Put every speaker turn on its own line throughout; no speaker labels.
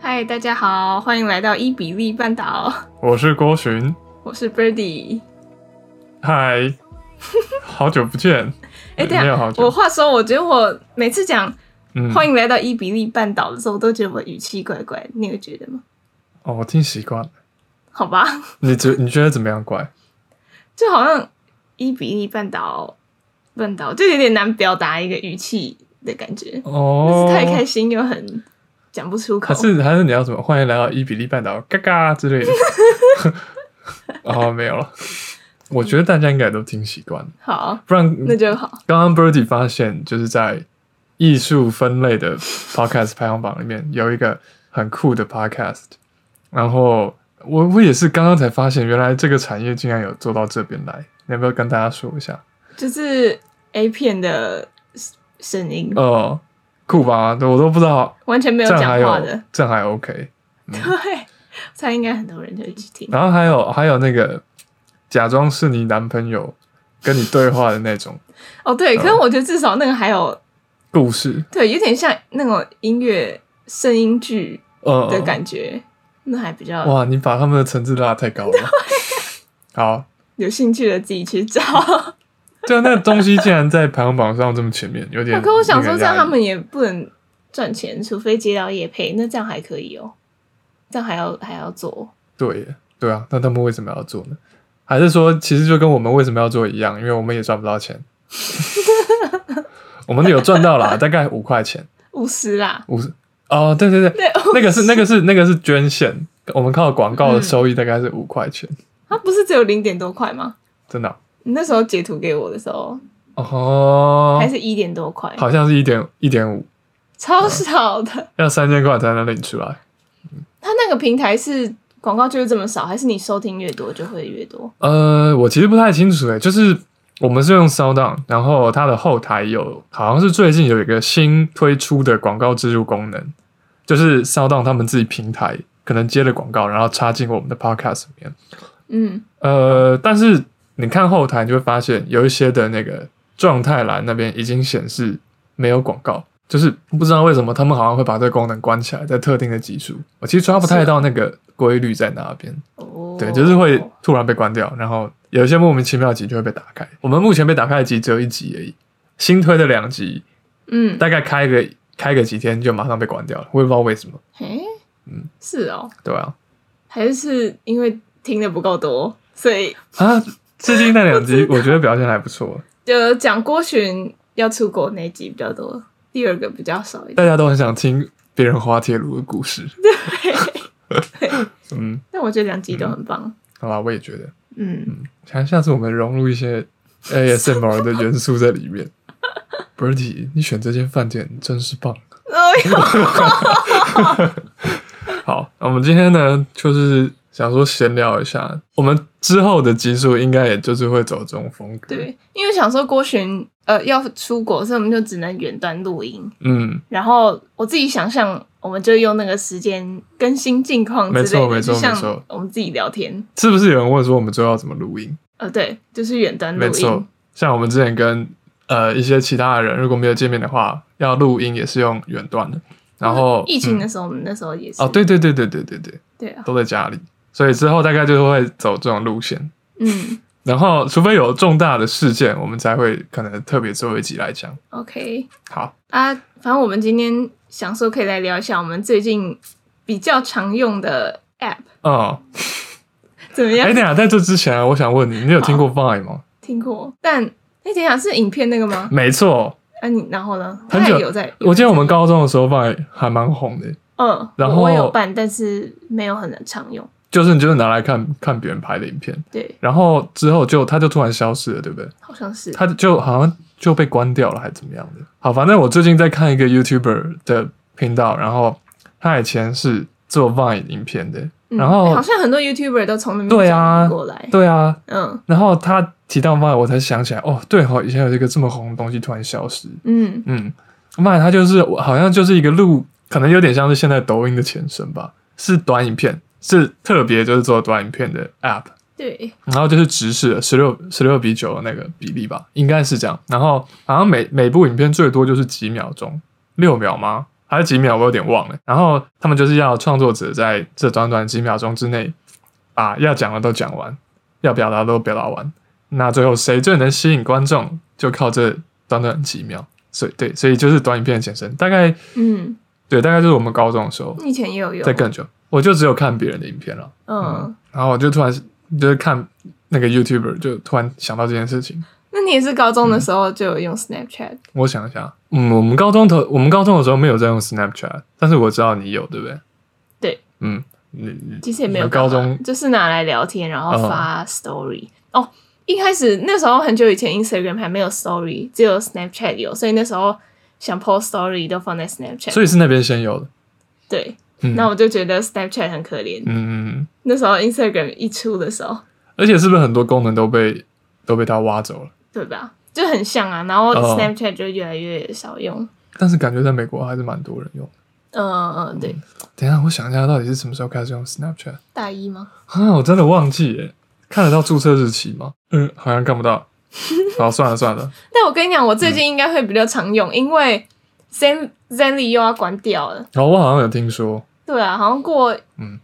嗨，大家好，欢迎来到伊比利半岛，
我是郭寻，
我是 Birdy。
嗨， 好久不见。
哎，对
没有
啊
好，
我
久。
话说，我觉得我每次讲
嗯，
欢迎来到伊比利半岛的时候，我都觉得我语气怪怪，你有觉得吗？
哦，我听习惯了。
好吧，
你觉你觉得怎么样？怪？
就好像伊比利半岛半岛就有点难表达一个语气的感觉，
哦，
但是太开心又很讲不出口
还。是还是你要怎么？欢迎来到伊比利半岛，嘎嘎之 类的。哦，没有了。我觉得大家应该都听习惯了，
好，
不然
那就好。
刚刚 Birdy 发现，就是在艺术分类的 Podcast 排行榜里面有一个很酷的 Podcast，然后我我也是刚刚才发现，原来这个产业竟然有做到这边来。你要不要跟大家说一下？
就是 A 片的声音，
呃，酷吧？我都不知道，
完全没
这
有
样
讲
还
话
有
的，
这样还嗯 OK。
对，我猜应该很多人就去听。
然后还有还有那个假装是你男朋友跟你对话的那种
哦，
嗯
对，可是我觉得至少那个还有，
故事，
对，有点像那种音乐声音剧
呃，
的感觉，那还比较
哦哇，你把他们的层次拉得太高 了。好，
有兴趣的自己去 找。
对啊，那东西竟然在排行榜上这么前面，有点。
可我想说，
有点
这样
压
他
抑
们也不能赚钱，除非接到业配，那这样还可以哦，这样还要还要做。
对耶对啊，那他们为什么要做呢？还是说，其实就跟我们为什么要做一样，因为我们也赚不到钱。 我们有赚到啦，大概五块钱，
五十啦，
五十哦，对对对，
对，
那个是那个是那个是捐献，我们靠广
嗯
告的收益大概是五块钱，
它不是只有零点多块吗？
真的啊
你那时候截图给我的时候，
哦，
还是一点多块，
好像是一点一点五，
超少的。
要三千块才能领出来。
它那个平台是广告就是这么少，还是你收听越多就会越多？
呃，我其实不太清楚诶，就是我们是用 Sound On，然后它的后台有好像是最近有一个新推出的广告植入功能，就是 Sound On 他们自己平台可能接了广告，然后插进我们的 Podcast 里面。
嗯，
呃，但是你看后台，你就会发现有一些的那个状态栏那边已经显示没有广告，就是不知道为什么他们好像会把这个功能关起来，在特定的技术，我其实抓不太到那个规律在哪边。
哦，
对，就是会突然被关掉，然后有一些莫名其妙的集就会被打开。我们目前被打开的集只有一集而已，新推的两集
嗯，
大概开个开个几天就马上被关掉了，我也不知道为什么。
诶，
嗯
是哦，
对啊，
还是因为听的不够多，所以
啊，最近那两集我觉得表现还不错，
就讲郭巡要出国那一集比较多，第二个比较少一点。
大家都很想听别人滑铁卢的故事。嗯，
但我觉得两集都很棒，
好吧，我也觉得，
嗯，
想下次我们融入一些 ASMR 的元素在里面。Birdy，你选这间饭店真是棒。
哎
嗯
呦，
好，那我们今天呢，就是想说闲聊一下，我们之后的集数应该也就是会走这种风 格。，
对，因为想说郭巡呃要出国，所以我们就只能远端录音。
嗯，
然后我自己想象，我们就用那个时间更新近况之类的，
没错没错
就
没
像
错
我们自己聊天。
是不是有人问说我们之后要怎么录音？
呃，对，就是远端录
没错
音，，
像我们之前跟呃一些其他的人如果没有见面的话，要录音也是用远端的。然后
哦疫情
嗯
的时候，我们那时候也是。
哦，对对对对对对对，
对啊，
都在家里，所以之后大概就会走这种路线。
嗯
然后，除非有重大的事件，我们才会可能特别做一集来讲。
，OK
好，
啊，反正我们今天想说可以来聊一下我们最近比较常用的 App
嗯，
怎么
哎、
样？
等一下，在这之前啊，我想问你，你有听过 Vine 吗？
听过？但那等一下是影片那个吗？
没错，
啊，你然后呢？
很
它
久
也有在，
我记得我们高中的时候 Vine 还蛮红的，
嗯，
然
我我有
后
办，但是没有很常用。
就是你就是拿来看看别人拍的影片，
对，
然后之后就它就突然消失了，对不对？
好像是。
它就好像就被关掉了，还怎么样的？好，反正我最近在看一个 YouTuber 的频道，然后他以前是做 Vine 影片的，
嗯
然后
好像很多 YouTuber 都从那边
对
转
啊
移过来，
对啊，
嗯
然后他提到 Vine，我才想起来，哦，对哦，以前有一个这么红的东西突然消失，
嗯，
嗯，那它就是好像就是一个录，可能有点像是现在抖音的前身吧，是短影片，是特别就是做短影片的 app，
对，
然后就是直视十六十六比九的那个比例吧，应该是这样。然后好像每每部影片最多就是几秒钟，六秒吗？还是几秒，我有点忘了。然后他们就是要创作者在这短短几秒钟之内，把要讲的都讲完，要表达的都表达完。那最后谁最能吸引观众，就靠这短短几秒。所以对，所以就是短影片的前身，大概
嗯，
对，大概就是我们高中的时候，
以前也有用
在，更久，我就只有看别人的影片了。
嗯，
然后我就突然就是看那个 YouTuber，就突然想到这件事情。
那你也是高中的时候就有用 Snapchat，
我想一下，嗯，我们高中头我们高中的时候没有在用 Snapchat，但是我知道你有，对不对？
对，
嗯，你你
其实也没有
你们高
干嘛
中嗯
就是拿来聊天，然后发 story。哦，一开始那时候很久以前，Instagram 还没有 story，只有 Snapchat 有，所以那时候想 post story 都放在 Snapchat。
所以是那边先有的。
对，
嗯，
那我就觉得 Snapchat 很可怜。
嗯，嗯
那时候 Instagram 一出的时候，
而且是不是很多功能都被都被它挖走了？
对吧？就很像啊，然后
哦
Snapchat 就越来越少用。
但是感觉在美国还是蛮多人用。
嗯嗯嗯，对，
等一下，我想一下，到底是什么时候开始用 Snapchat？
大一吗？
啊，我真的忘记耶，看得到注册日期吗？嗯，好像看不到。好，算了算了，
但我跟你讲，我最近应该会比较常用，
嗯
因为 Zen Zenly 又要关掉了。
然后我好像有听说，
对啊，好像过
嗯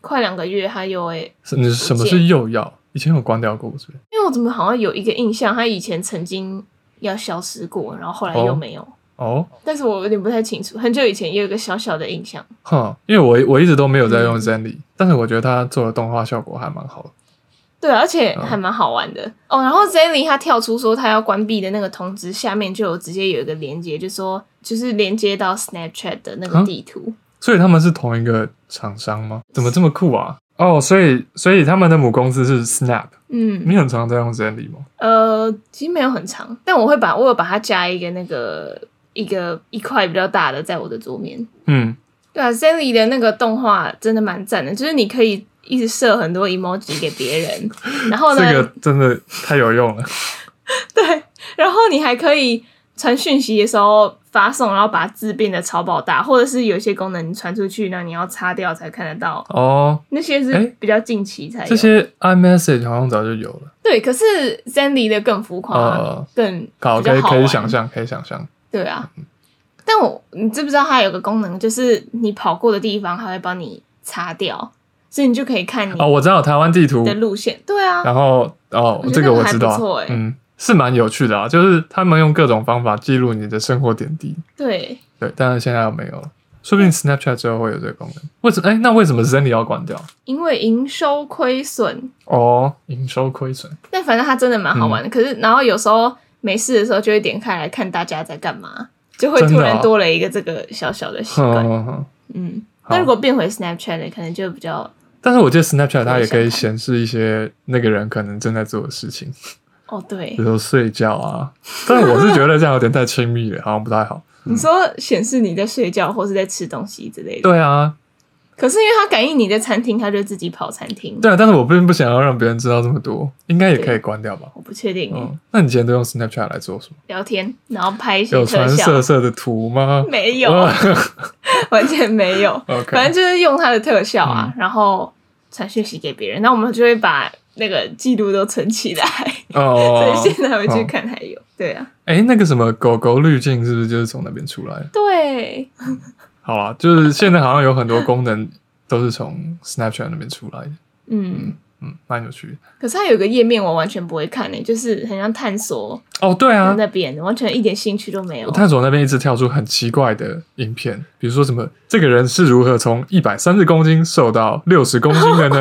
快两个月，还有诶、
是你什么是又要？以前有关掉过，是不是？
因为我怎么好像有一个印象，它以前曾经要消失过，然后后来又
哦
没有，
哦，
但是我有点不太清楚，很久以前也有一个小小的印象。
哼，因为我我一直都没有在用
嗯
Zenly，、但是我觉得它做的动画效果还蛮好的。
对，啊而且
哦
还蛮好玩的哦。然后 Zenly 他跳出说他要关闭的那个通知下面就有直接有一个连接，就说就是连接到 Snapchat 的那个
啊
地图。
所以他们是同一个厂商吗？怎么这么酷啊？哦，所以所以他们的母公司是 Snap。
嗯，
你很常在用 Zenly 吗？
呃，其实没有很长，但我会把我有把它加一个那个一个一块比较大的在我的桌面。
嗯，
对啊，Zenly 的那个动画真的蛮赞的，就是你可以一直设很多 emoji 给别 人，然后
这
呢，
个真的太有用了。
对，然后你还可以传讯息的时候发送，然后把字变得超爆大，或者是有一些功能你传出去，那你要擦掉才看得到，
哦，
那些是
诶
比较近期才有。
这些 iMessage 好像早就有了。
对，可是 Zenly 的更浮夸，
呃
更
好，
比较
可以
好
可以
玩
想象，可以想象。
对啊。但我你知不知道它有个功能，就是你跑过的地方，它会帮你擦掉，所以你就可以看
哦，
你
我知道台湾地图
的，路线。对啊，
然后哦
我，觉
这
得
个
那个
我
还
知
不
道
错
啊
欸，
嗯，是蛮有趣的啊，就是他们用各种方法记录你的生活点滴。
对，
对，但是现在没有了，说不定 Snapchat 之后会有这个功能。为什么？哎、那为什么 Zenly 要关掉？
因为营收亏损，
哦，营收亏损。
但反正它真的蛮好玩
嗯
的。可是，然后有时候没事的时候，就会点开来看大家在干嘛，就会
真的
突
哦
然多了一个这个小小的习
哼
惯。
哼哼。
嗯，
好
那如果变回 Snapchat 呢，可能就比较
但是我记得 Snapchat 它也可
我也想看
以显示一些那个人可能正在做的事情，
哦，对
比，如说睡觉啊。但我是觉得这样有点太亲密了，好像不太好。
你说显示你在睡觉或是在吃东西之类的。
对啊，
可是因为它感应你在餐厅，它就自己跑餐厅。
对啊，但是我并不想要让别人知道这么多，应该也可以关掉吧。
我不确定、
嗯，那你今天都用 Snapchat 来做什么？
聊天，然后拍一些
有
特
传
效，
色哦色的图吗？
没有，完全没有。反
OK，
正就是用它的特效
嗯
啊，然后传讯息给别人，那我们就会把那个记录都存起来。所
哦
以，现在回去
哦
看还有。对啊，
哎，那个什么狗狗滤镜是不是就是从那边出来的？
对，
好啦，就是现在好像有很多功能都是从 Snapchat 那边出来的，
嗯。
嗯，蛮有趣的。
可是它有个页面我完全不会看呢、欸就是很像探索
哦，对啊，
那边，完全一点兴趣都没有
我。探索那边一直跳出很奇怪的影片，比如说什么这个人是如何从一百三十公斤瘦到六十公斤 的呢？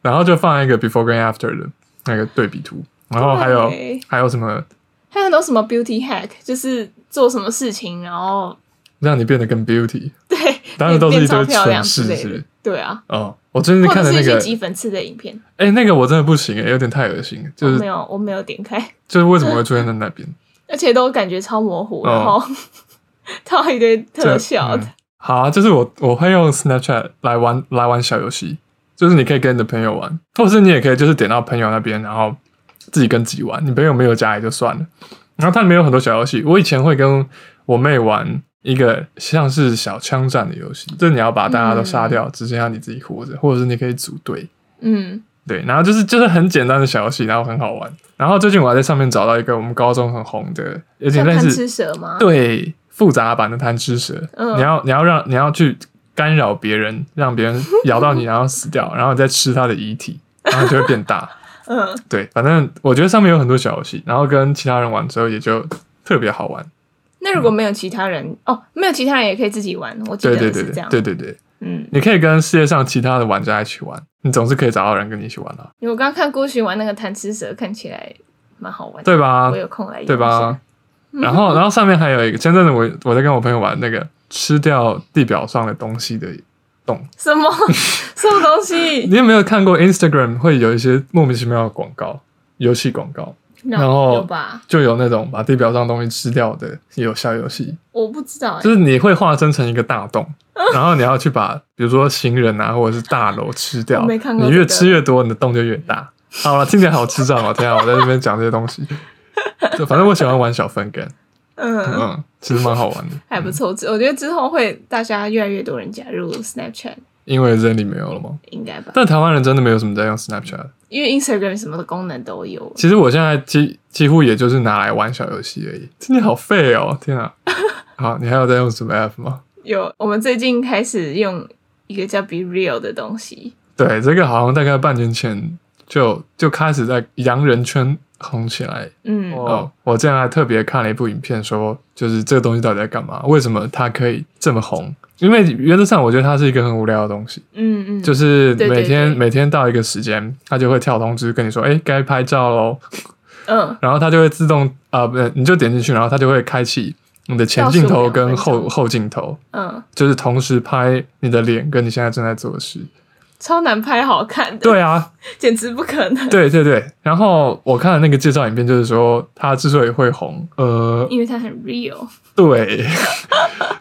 然后就放一个 before 跟 after 的那个对比图，然后还有
对
还有什么
还有很多什么 beauty hack，就是做什么事情，然后
让你变得更 beauty，
对，
当然都是一
变超
堆
漂亮
蠢
之
事，
类
是不
的
是。
对啊，
哦，我最近
或
看
者是
的那
一些
个，
挤粉刺的影片，
哎、那个我真的不行、欸有点太恶心了，就
哦
是
我没有，我没有点开，
就是为什么会出现在那边？
而且都感觉超模糊，
哦
然后 套一堆特效
这嗯好啊，就是我我会用 Snapchat 来玩来玩小游戏，就是你可以跟你的朋友玩，或者是你也可以就是点到朋友那边，然后自己跟自己玩。你朋友没有加也就算了。然后它里面有很多小游戏，我以前会跟我妹玩一个像是小枪战的游戏，就是你要把大家都杀掉，只剩下你自己活着，或者是你可以组队。
嗯，
对，然后就是就是很简单的小游戏，然后很好玩。然后最近我还在上面找到一个我们高中很红的，有
像
点类
贪
似
吃蛇吗？
对复杂版的贪吃蛇，
嗯
你要你要让你要去干扰别人，让别人咬到你，然后死掉，然后你再吃它的遗体，然后就会变大。
嗯，
对，反正我觉得上面有很多小游戏，然后跟其他人玩之后也就特别好玩。
那如果没有其他人哦，没有其他人也可以自己玩，我记
对
得
对对
是这
对
样。
对对对，
嗯，
你可以跟世界上其他的玩家一起玩，你总是可以找到人跟你一起玩啊，
因为我刚刚看郭寻玩那个贪吃蛇，看起来蛮好玩的。
对吧
我？有空来用一下
对？吧？
嗯
然后然后上面还有一个，真正的我我在跟我朋友玩那个吃掉地表上的东西的洞，
什么 什么东西？
你有没有看过 Instagram 会有一些莫名其妙的广告，游戏广告？然后
有吧？
就有那种把地表上的东西吃掉的有效游戏，
我不知道、欸，
就是你会化身成一个大 洞，然后你要去把，比如说行人啊，或者是大楼吃掉。
我没看过
你越
这个
吃越多，你的洞就越大。好了，听起来好智障哦！天啊，我在这边讲这些东西。就反正我喜欢玩小分羹，
嗯，
嗯，其实蛮好玩的。
还不错。之我觉得之后会大家越来越多人加入 Snapchat，
因为 Zenly 没有了吗？
应该吧？
但台湾人真的没有什么在用 Snapchat。
因为 Instagram 什么的功能都有。
其实我现在几几乎也就是拿来玩小游戏而已。你好废哦！天啊！好，你还有在用什么 app 吗？
有，我们最近开始用一个叫 Be Real 的东西，
对，这个好像大概半年前就就开始在洋人圈红起来。
嗯，
哦，我之前还特别看了一部影片说，就是这个东西到底在干嘛？为什么它可以这么红？因为原则上我觉得它是一个很无聊的东西，
嗯嗯，
就是是
对对
每天
对
每天到一个时间，它就会跳通知跟你说，哎，该拍照喽，
嗯
然后它就会自动啊，不、是，你就点进去，然后它就会开启你的前镜头跟
倒数两
后
分钟
后镜头，
嗯，
就是同时拍你的脸跟你现在正在做的事。
超难拍好看的，，
对啊，
简直不可能，
对对对，然后我看了那个介绍影片，就是说它之所以会红，呃，
因为它很 real，
对，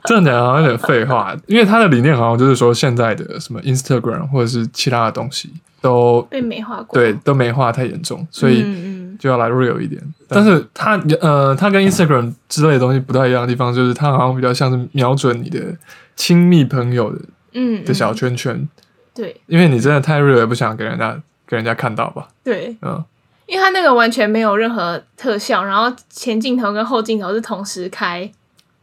这样讲好像有点废话，因为它的理念好像就是说现在的什么 Instagram 或者是其他的东西都
被美化过，
对，都美化太严重，所以
嗯嗯，
就要来 real 一点。但是它呃，它跟 Instagram 之类的东西不太一样的地方，就是它好像比较像是瞄准你的亲密朋友的
嗯
的小
嗯
圈圈，
对
因为你真的太 real 也不想给人家给人家看到吧，
对，
嗯。
因为它那个完全没有任何特效，然后前镜头跟后镜头是同时开，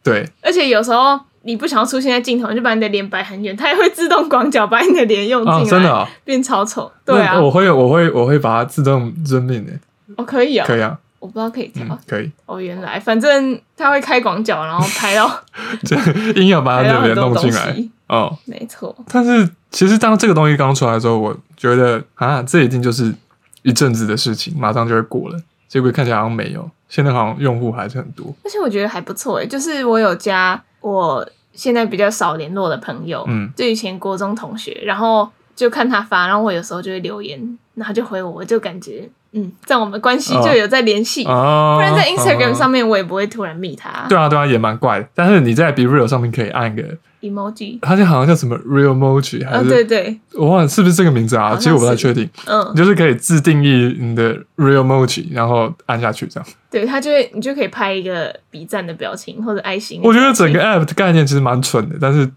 对，
而且有时候你不想要出现在镜头，你就把你的脸摆很远，它也会自动广角把你的脸用进来，
哦，真的、哦，
变超丑。对啊
那，我会我会我会把它自动遵命的，
我可以啊、
可以啊，
我不知道可以调、
嗯，可以，
哦，原来反正它会开广角，然后拍到
这硬要把
拍
它
到很
这边
多
弄
东
进来
西，
哦。
没错，
但是其实当这个东西刚出来的时候，我觉得啊，这一定就是一阵子的事情，马上就会过了。结果看起来好像没有，现在好像用户还是很多，
而且我觉得还不错诶，就是我有加我现在比较少联络的朋友，
嗯，
就以前国中同学，然后就看他发，然后我有时候就会留言，然后就回我，我就感觉嗯，这样我们关系就有在联系，
哦，
不然在 Instagram 上
面、
面我也不会突然密他。
对啊对啊，也蛮怪的。但是你在 Be Real 上面可以按一个，
emoji，
它就好像叫什么 Real Moji 还
啊
是、
对对，
我忘了是不是这个名字啊？
像
其实我不太
是
确定，
嗯
你，就是可以自定义你的 Real Moji，然后按下去这样。
对，他就会你就可以拍一个比赞的表情或者爱心的表
我觉
情，
得整个 App 的概念其实蛮蠢的，但是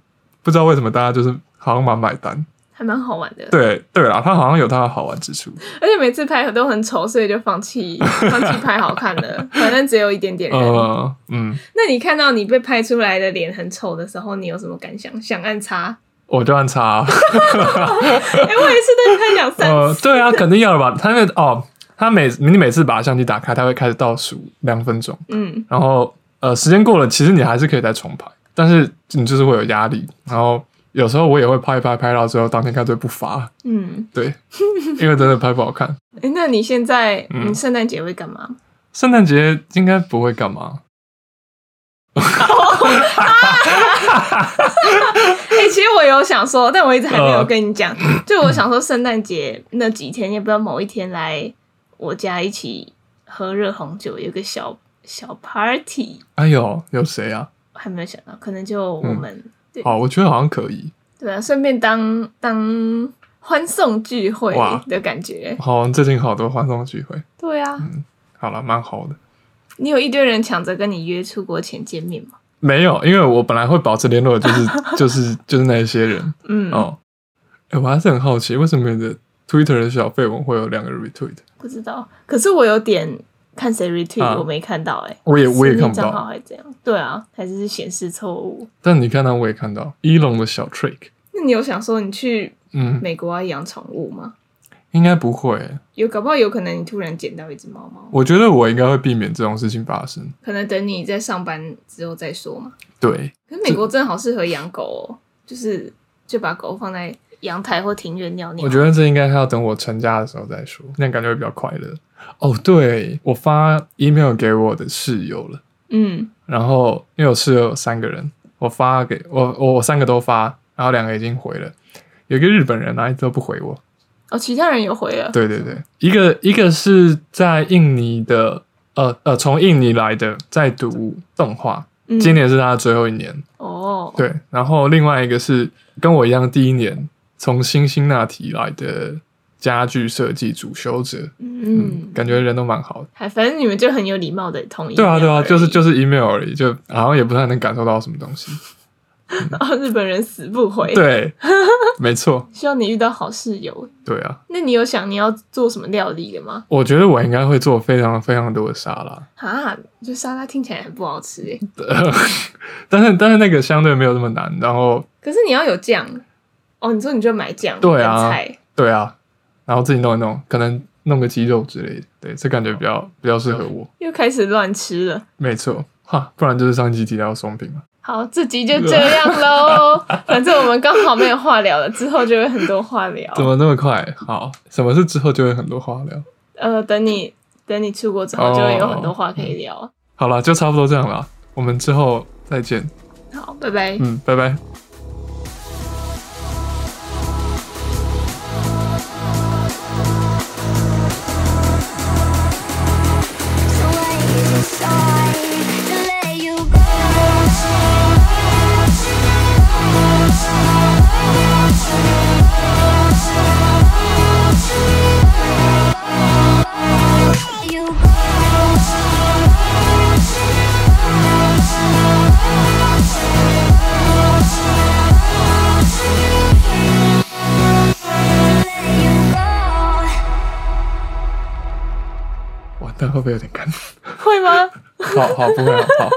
不知道为什么大家就是好像蛮买单。
还蛮好玩的。
对对啦，它好像有它的好玩之处。
而且每次拍都很丑，所以就放弃放弃拍好看 的，反正只有一点点人。
呃，嗯，
那你看到你被拍出来的脸很丑的时候，你有什么感想？想按叉？
我就按 叉。啊
哎、我也是对他讲三
呃，对啊，肯定要的吧？它那个哦，它每你每次把相机打开，它会开始倒数两分钟，
嗯，
然后呃，时间过了，其实你还是可以再重拍，但是你就是会有压力。然后有时候我也会拍一拍，拍到之后当天干脆不发，
嗯，
对，因为真的拍不好看。
哎、那你现在
嗯
你圣诞节会干嘛？
圣诞节应该不会干嘛，
哎、其实我有想说，但我一直还没有
呃
跟你讲。就我想说，圣诞节那几天，要不要某一天来我家一起喝热红酒，有个小小 party？
哎呦，有谁啊？
还没有想到，可能就我们、对
哦，我觉得好像可以。
对啊，顺便当当欢送聚会
哇
的感觉。
好，最近好多欢送聚会，
对啊，
好了，蛮好的。
你有一堆人抢着跟你约出国前见面嘛？
没有，因为我本来会保持联络的就是就是就是那一些人
嗯，
哦。哎、我还是很好奇，为什么你的 Twitter 的小绯闻会有两个 retweet？
不知道。可是我有点看谁 retweet，、
啊
我没看到哎、欸，
我也我也
私密
看不
账号
到，
还这样，对啊，还是显示错误。
但你看到我也看到伊隆的小 trick，
那你有想说你去
嗯，
美国要养宠物吗？
应该不会，
有，搞不好有可能你突然捡到一只猫猫，
我觉得我应该会避免这种事情发生。
可能等你在上班之后再说嘛。
对，
可是美国真的好适合养狗哦，就是就把狗放在阳台或庭院尿尿。
我觉得这应该要等我成家的时候再说，那样感觉会比较快乐。哦，对我发 email 给我的室友了，
嗯，
然后因为我室友有三个人，我发给我我我三个都发，然后两个已经回了，有一个日本人啊一直都不回我。
哦，其他人有回了，
对对对，一个一个是在印尼的，呃呃，从印尼来的，在读动画，
嗯
今年是他的最后一年。
哦，
对，然后另外一个是跟我一样第一年从辛辛那提来的家具设计主修者，
嗯，
感觉人都蛮好的。
还反正你们就很有礼貌的同意。，
对啊，对啊，就是就是是 email 而已，就好像也不太能感受到什么东西。
哦，日本人死不回。，
对，没错，
希望你遇到好室友。
对啊，
那你有想你要做什么料理的吗？
我觉得我应该会做非常非常多的沙拉，
啊，就沙拉听起来很不好吃诶，
但是但是那个相对没有那么难，然后
可是你要有酱哦。你说你就买酱，
对啊
跟菜
对啊，然后自己弄一弄，可能弄个鸡肉之类的，对，这感觉比较比较适合我，
又开始乱吃了。
没错，哈，不然就是上一集提到的松饼嘛，
好，这集就这样 喽。反正我们刚好没有话聊了，之后就会很多话聊。
怎么那么快？好，什么是之后就会很多话聊？
呃，等你等你出国之
哦
后，就会有很多话可以聊。
好了，就差不多这样了，我们之后再见，
好，拜拜。
嗯，拜拜。
So I decide to let you go. You go. Let you go.
完蛋，会不会有点干？
会吗？
好好，不会了，好。